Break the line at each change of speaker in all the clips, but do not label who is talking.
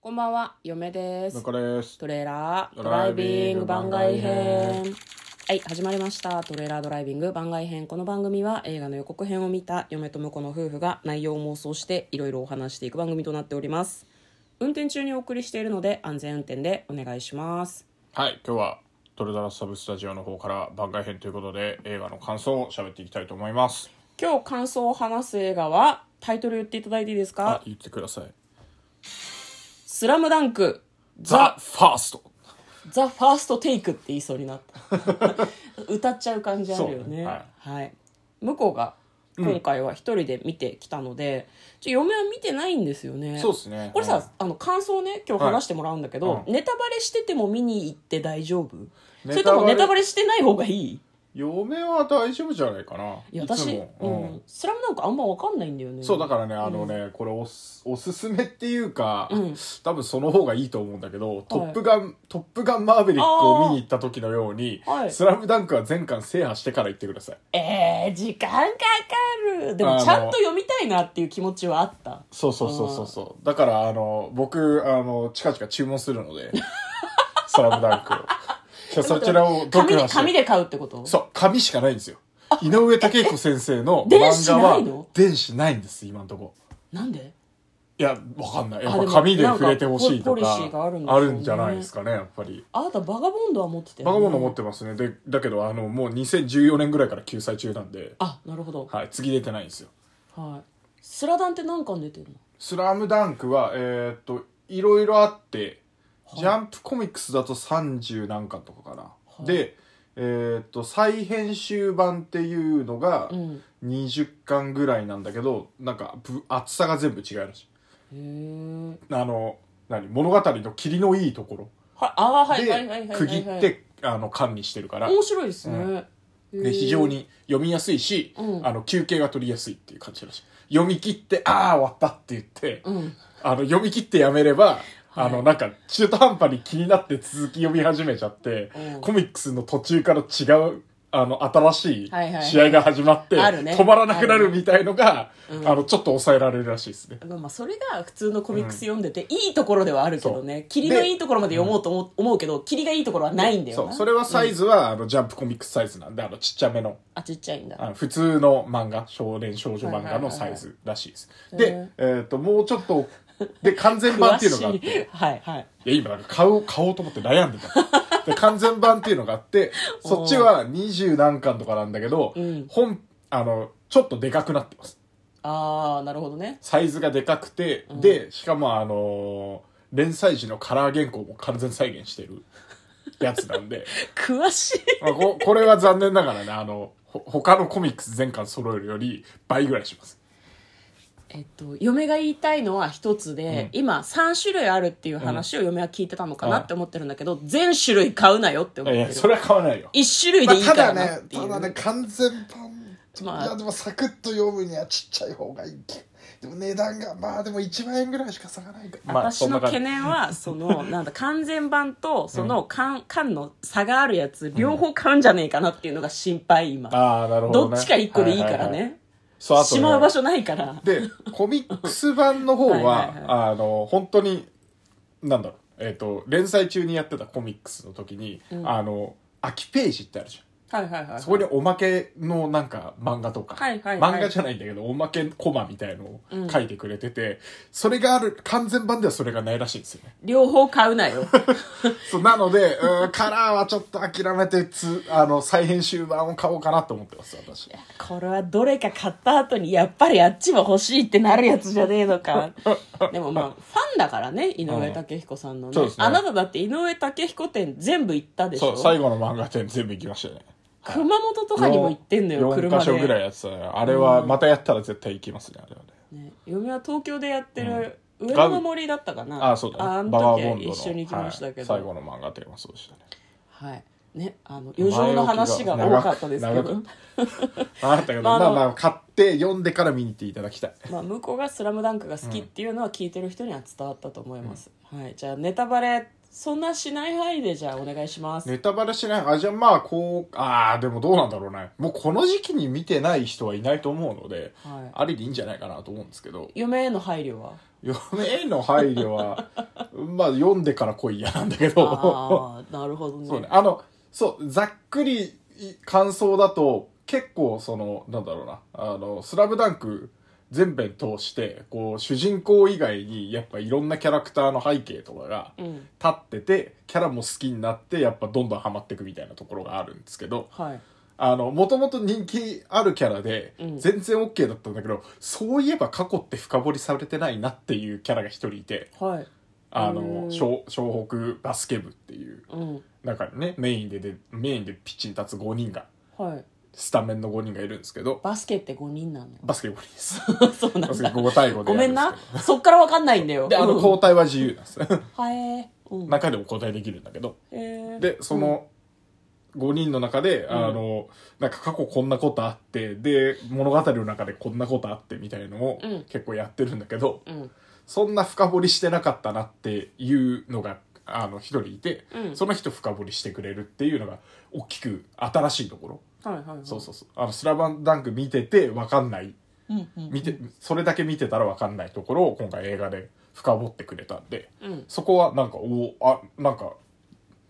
こんばんは、嫁です。
中です。
トレーラード
ド
ラ
ラ
イ
イ
ビ
ビ
ン
ン
グ
グ
番
番
外
外
編
編。
はい、始まりました。トレーラードライビング番外編。この番組は映画の予告編を見た嫁と婿の夫婦が内容を妄想していろいろお話していく番組となっております。運転中にお送りしているので安全運転でお願いします。
はい、今日はトレダラサブスタジオの方から番外編ということで映画の感想を喋っていきたいと思います。
今日感想を話す映画はタイトル言っていただいていいです
あ
か、
言ってください。
スラムダンクザ・
ザ・ファースト。
ザ・ファーストテイクって言いそうになった 歌っちゃう感じあるよ
そう
ね
ね
は、
はい
向こうが今回は一人で見てきたので、ちょ嫁は見てないんですよね
そうですね。
これさ、
うん
あの感想ね今日話してもらうんだけど、
はいうん
ネタバレしてても見に行って大丈夫そ
ネタ
れと
バレ
もネタバレしてない方がいい
嫁は大丈夫じゃないかな。
いや私
つ
う
も
んスラムダンクあんま分かんないんだよね
そうだからねあのね、これおすおすすめっていうか、
うん
多分その方がいいと思うんだけど「トップガン」トップガンマーヴェリック」を見に行った時のように「
はい
スラムダンクは全巻制覇してから行ってください
えー、時間かかるでもちゃんと読みたいなっていう気持ちはあった
そうそうそうそうそうだからあの僕あの近々注文するので 「スラムダ ンクをじゃあそちらを読
紙
破
で
して
紙で買うってこと
そう紙しかないんですよ井上武彦先生の
電子
漫画
ないの
は電子ないんです今のとこ
なんで
いやわかんないや
あで
っぱ
も
紙で触れてほしいと
なんかポリシーがあ
か
るんでしょ
あ
うね
るんじゃないですかねやっぱり
あなたバガボンドは持ってたよ
バ
ね
カボンド持ってますねでだけどあのもう2014年ぐらいから救済中なんで、
あなるほど
はい、次出てないんですよ
はいスラダンって何巻出てるの
「スラムダンクはえーっといろいろあってジャンプコミックスだと30何巻とかかな、
い
でえーっと再編集版っていうのが
うん
20巻ぐらいなんだけど、なんかぶ厚さが全部違うらしい
へえ
あの何物語の霧のいいところ
はああーはいはいはいはいは
で
い
区切ってあの管理してるから
面白いですね、へー
で非常に読みやすいし、
うん
あの休憩が取りやすいっていう感じだしい読み切って「ああ終わった」って言って、
うん
あの読み切ってやめれば、
はい
あのなんか中途半端に気になって続き読み始めちゃって、
うん
コミックスの途中から違うあの新しい
はいはいはい
試合が始まって、
あるね
止まらなくなるみたいのが
あ
あ,、
るねうん
のちょっと抑えられるらしいですね。
まあまあそれが普通のコミックス読んでて、いいところではあるけどね霧の
で
いいところまで読もうと思,、う思うけど霧がいいところはないんだよ
そ
な
うそれはサイズは、あのジャンプコミックスサイズなんであのちっちゃめの
あちっちゃいんだ
あの普通の漫画少年少女
はい
漫
はいは
画
いはい
のサイズらしいです、
へ
で、えー、ともうちょっとで完全版っていうのがあっ
詳
て
しいはいはい
いや今なんか買おう買おうと思って悩んで たで完全版っていうのがあってそっちは二十何巻とかなんだけど、
うん
本あのちょっとでかくなってます
ああなるほどね
サイズがでかくて、でしかもあのー連載時のカラー原稿も完全再現してるやつな んで
詳しい
まあここれは残念ながらねあのほ他のコミックス全巻揃えるより倍ぐらいします
えっと、嫁が言いたいのは一つで、今3種類あるっていう話を嫁は聞いてたのかなって思ってるんだけど、全種類買うなよって思っ
い
て
や
る、
それは買わないよ
一種類
ま
で
あ
いい
た
から
だ
なっ
ね
ていう、
ただね完全版
まあ
いやでもサクッと読むにはちっちゃい方がいいでも値段がまあでも1万円ぐらいしか差がないから
まあ
私
そん
の
な感じ
懸念はそのなんだ完全版とその缶缶の差があるやつ両方買うんじゃねえかなっていうのが心配今、
ああなるほど、
ど
ね、
っちか一個でいいからね、
はははそうあと
し
ね
まう場所ないから
で、コミックス版の方は、
はいはい
あの、本当に、なんだろう、えっ、と、連載中にやってたコミックスの時に、あの、空きページってあるじゃん。
はいはいはい
そこにおまけのなんか漫画とか、
はいはいはい
漫画じゃないんだけど、おまけコマみたいのを書いてくれてて、それがある、完全版ではそれがないらしいんですよね。
両方買うなよ
そうなので、うん、カラーはちょっと諦めてつ、あの、再編集版を買おうかなと思ってます、私。
これはどれか買った後にやっぱりあっちも欲しいってなるやつじゃねえの かでもまあファンだからね井上武彦さんの
ん
ね,、
そうですね
あなただって井上武彦店全部行ったでし
そ
ょ
う、最後の漫画展全部行きましたよね。
熊本とかにも行ってんのよ
4
車
箇所
で
ぐらいやってたねあれはまたやったら絶対行きますねあれはね
ね、嫁は東京でやってる上野の森だったかな、
ああそうだ
あの
ねバガボンドの
時一緒に行きましたけど、
はい、
は
最後の漫画展はそうでしたね
いねあの余剰の話が多かったですけ
前置きが
ど
長かあったけど
まあ
ま
あ
あ
の
まあ買って読んでから見に行っていただきたい
まあ、向こうが「スラムダンクが好きっていうのは聞いてる人には伝わったと思います、はい、じゃあネタバレそんなしない範囲でじゃあお願いします、
ネタバレしないあじゃあまあこうああでもどうなんだろうねもうこの時期に見てない人はいないと思うので、
はい
ありでいいんじゃないかなと思うんですけど
嫁への配慮は
嫁への配慮は まあ読んでから来いやなんだけど
ああなるほどね
そうねあのそうざっくりい感想だと結構そのなんだろうな「あのスラムダンク全編通してこう主人公以外にやっぱいろんなキャラクターの背景とかが
うん
立っててキャラも好きになってやっぱどんどんハマっていくみたいなところがあるんですけど
はい
あの、もともと人気あるキャラで、
うん
全然 OK だったんだけど、そういえば過去って深掘りされてないなっていうキャラが一人いて、
はい
あ
う
の、
ん
湘湘北バスケ部っていう
うん
中にね、メインでで、メインでピッチに立つ5人が、
はい
スタメンの5人がいるんですけど、
バスケって5人なの
バスケ5人です。
そうな
バ
ん
スケ
だ
5対5でやるですけど
ごめん なそっからわかんないんだよ
で、あの、
うん
交代は自由なんです。
はえーうん
中でも交代できるんだけど。
へー
でその5人の中で、あのなんか過去こんなことあってで物語の中でこんなことあってみたいのを
うん
結構やってるんだけど、
うん
そんな深掘りしてなかったなっていうのがあの一人いて、
うん
その人深掘りしてくれるっていうのが大きく新しいところ、
はいはいはい
そうそうそうあのスラバンダンク見てて分かんない
うんうん
見てそれだけ見てたら分かんないところを今回映画で深掘ってくれたんで。
うん
そこはなんかおあなんか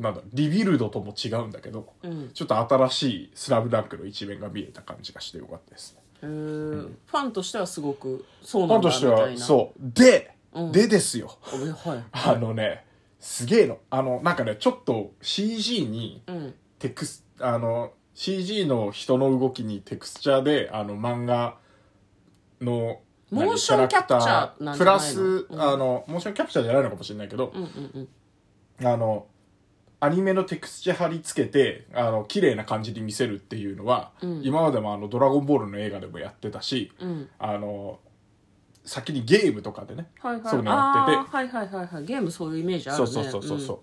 なんだリビルドとも違うんだけど、
うん
ちょっと新しい「スラムダンクの一面が見えた感じがしてよかったですね
へーファンとしてはすごくそう
フ
な
ァン
んだみ
として
た
はい
な
そうで、
うん
でですよ
うはい
あのねすげえのあのなんかねちょっと CG に
うん
テクスあの CG の人の動きにテクスチャーであの漫画の何
モーションキャプチャー
ラクタ
なんじ
プ
ゃないの
ラス、
うん
あのモーションキャプチャーじゃないのかもしれないけど、
うんうん
あの、アニメのテクスチャ貼り付けて、あの、綺麗な感じに見せるっていうのは、
うん
今までもあの、ドラゴンボールの映画でもやってたし、
うんうん
あの、先にゲームとかでね、
はいはい
そういうのやってて
あーはいはいはいはいゲームそういうイメージある
そ
ね
うそうそうそうそ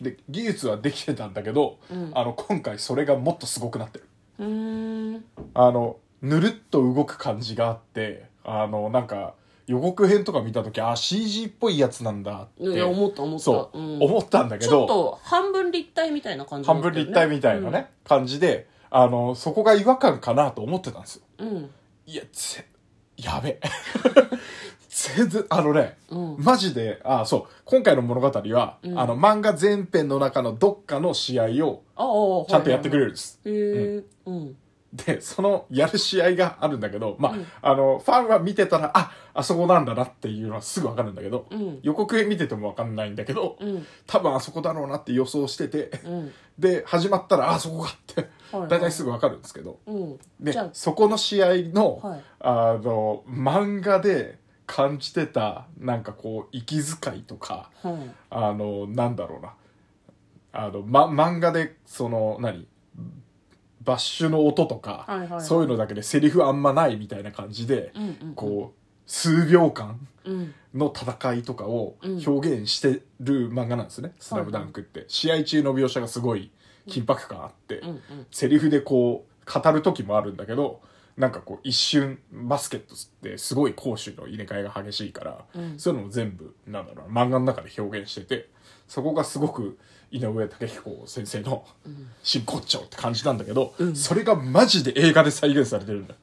う。で、技術はできてたんだけど、
うん
あの、今回それがもっとすごくなってる。
うんうーん
あの、ぬるっと動く感じがあって、あの、なんか、予告編とか見た時あ、CG っぽいやつなんだって。
いや思った思った
そう、
うん
思ったんだけ
ち
ど。
ょっと半分立体みたいな感じだった
半
よね
分立体みたいなね、感じで、あの、そこが違和感かなと思ってたんですよ。
うん
いや、ぜ、やべ。 全然、あのね、
うん
マジで、あ、そう、今回の物語は、
うん
あの、漫画全編の中のどっかの試合を
ああ
ちゃんとやってくれ
る
るんです。
へえうん
で、そのやる試合があるんだけど、まあ、
うん
あの、ファンは見てたら、あ、あそこなんだなっていうのはすぐわかるんだけど、
うん
予告編見ててもわかんないんだけど、
うん
多分あそこだろうなって予想してて、
うん
で、始まったら、あ、そこかって、
はいはい
大体すぐわかるんですけど、
うん
で
じゃ
そこの試合の,、
はい
あの漫画で感じてたなんかこう息遣いとか
あはい
あのなんだろうなあの、ま、漫画でその何バッシュの音とか、
はいはいはい
そういうのだけでセリフあんまないみたいな感じで、
うんうん
こう数秒間
うん
の戦いとかを
うん
表現してる漫画なんですね「スラムダンクって、試合中の描写がすごい緊迫感あって、
うんうん
セリフでこう語る時もあるんだけどなんかこう一瞬バスケットってすごい攻守の入れ替えが激しいから、
うん
そういうのも全部なんだろうな漫画の中で表現しててそこがすごく井上武彦先生の真骨頂って感じなんだけど、
うん
それがマジで映画で再現されてるんだ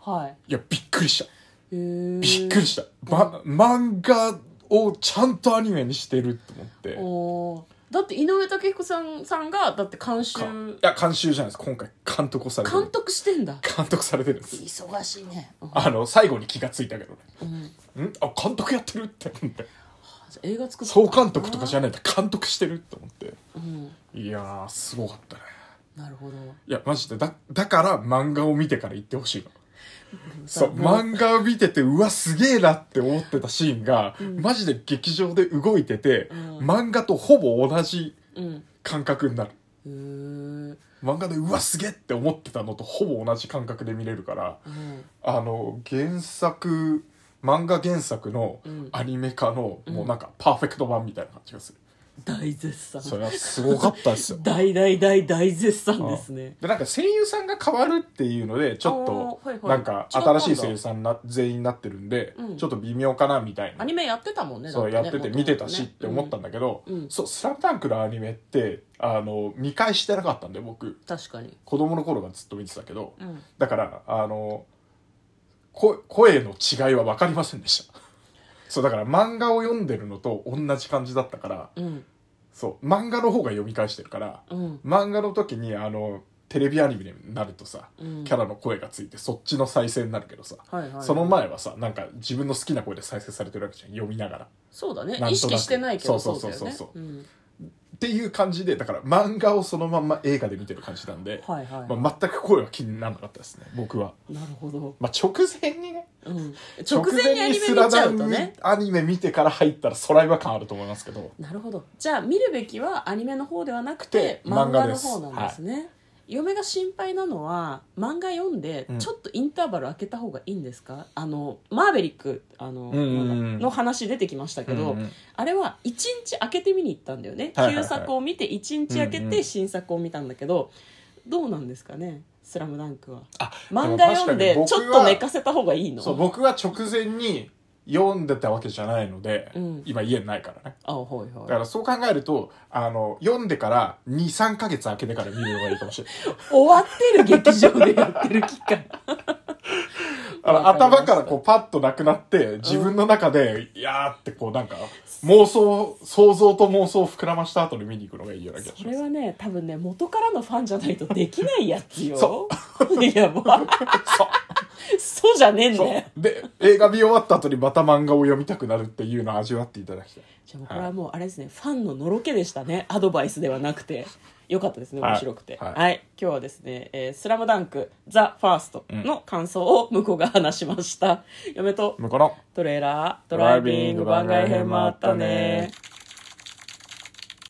はい
やびっくりした
いへえ
びっくりした、ま、漫画をちゃんとアニメにしてると思って。
おーだって井上武彦さんさんがだって監修
かいや監修じゃないです今回監督をされてる
監督してんだ
監督されてるんです
忙しいねうん
あの、最後に気がついたけどね。
うん
んあ、監督やってるって思って。
映画作ってた
総監督とかじゃないんだ、監督してるって思って。
うん
いやー、すごかったね。
なるほど
いや、マジで、だ、だから漫画を見てから行ってほしいの。そう、
なるほど
漫画を見てて、うわ、すげえなって思ってたシーンが、マジで劇場で動いてて、漫画とほぼ同じ
うん
感覚になる。
へー
漫画で、うわ、すげえって思ってたのとほぼ同じ感覚で見れるから、
うん
あの原作漫画原作の
ん
アニメ化の、もうなんかパーフェクト版みたいな感じがする、
大絶賛
それはすごかっ たですよ
大大大大絶賛ですね
でなんか声優さんが変わるっていうのでちょっと
あーはいはい
なんか
違ったんだ
新しい声優さんな全員になってるんで、
うん
ちょっと微妙かなみたい
ア
な
ニメやってたもんね
そう
だ
やって
ね
て見てたしって思った
うん
んだけど「
うん
そうスラムダンクのアニメってあの見返してなかったんで僕
確かに
子供の頃がずっと見てたけど、
うん
だからあのこ声の違いは分かりませんでした そうだから漫画を読んでるのと同じ感じだったから
うん
そう漫画の方が読み返してるから
うん
漫画の時にあのテレビアニメになるとさ、
うん
キャラの声がついてそっちの再生になるけどさ、
はいはい
その前はさなんか自分の好きな声で再生されてるわけじゃん読みながら
そうだね
なんとなく
意識してないけど
そ
そううだよ
そうそう
ね
そう
うん
っていう感じでだから漫画をそのまんま映画で見てる感じなんで、
はいはいはい
まあ、全く声は気にならなかったですね僕は、
なるほど
まあ、直前にね
うん直前にアニメ見ちゃうとね
アニメ見てから入ったら空違和感あると思いますけど
なるほどじゃあ見るべきはアニメの方ではなくて
で漫
漫
画
画
で
の
す
方なんですね、嫁が心配なのは漫画読んで
うん
ちょっとインターバル開けた方がいいんですか、あのマーベリックあの,、
うんうんうん
の話出てきましたけど、
うんうん
あれは1日開けて見に行ったんだよね、
はいはいはい
旧作を見て1日開け
うんうん
て新作を見たんだけど、どうなんですかね「スラムダンクは
あ
漫画読んで
も確
ち
かに
ょっ
僕は
と寝かせた方がいいの
そう僕は直前に読んでたわけじゃないので、
うん
今家にないからね
あはい
だか
はい
らそう考えるとあの読んでから23か月空けてから見るのがいいか もしれない
終わってる劇場でやってる期間
あの
わかりました
頭からこうパッとなくなって自分の中で、いやーってこうなんか妄想想像と妄想を膨らました後に見に行くのがいいような気がし
そ
ま
れ
す
はね多分ね元からのファンじゃないとできないやつよ
そ
いやもう
そう
そうじゃねえん
そ
だよ
うで映画見終わった後にまた漫画を読みたくなるっていうのを味わっていただきたい
じゃあもうこれはもうあれですね、ファンののろけでしたねアドバイスではなくてよかったですね
はい
面白くて
は
はいい、今日はですね「えースラムダンクザ・ファーストの感想を向こうが話しました、嫁と
向こうの
トレーラードライビング番外編もあったね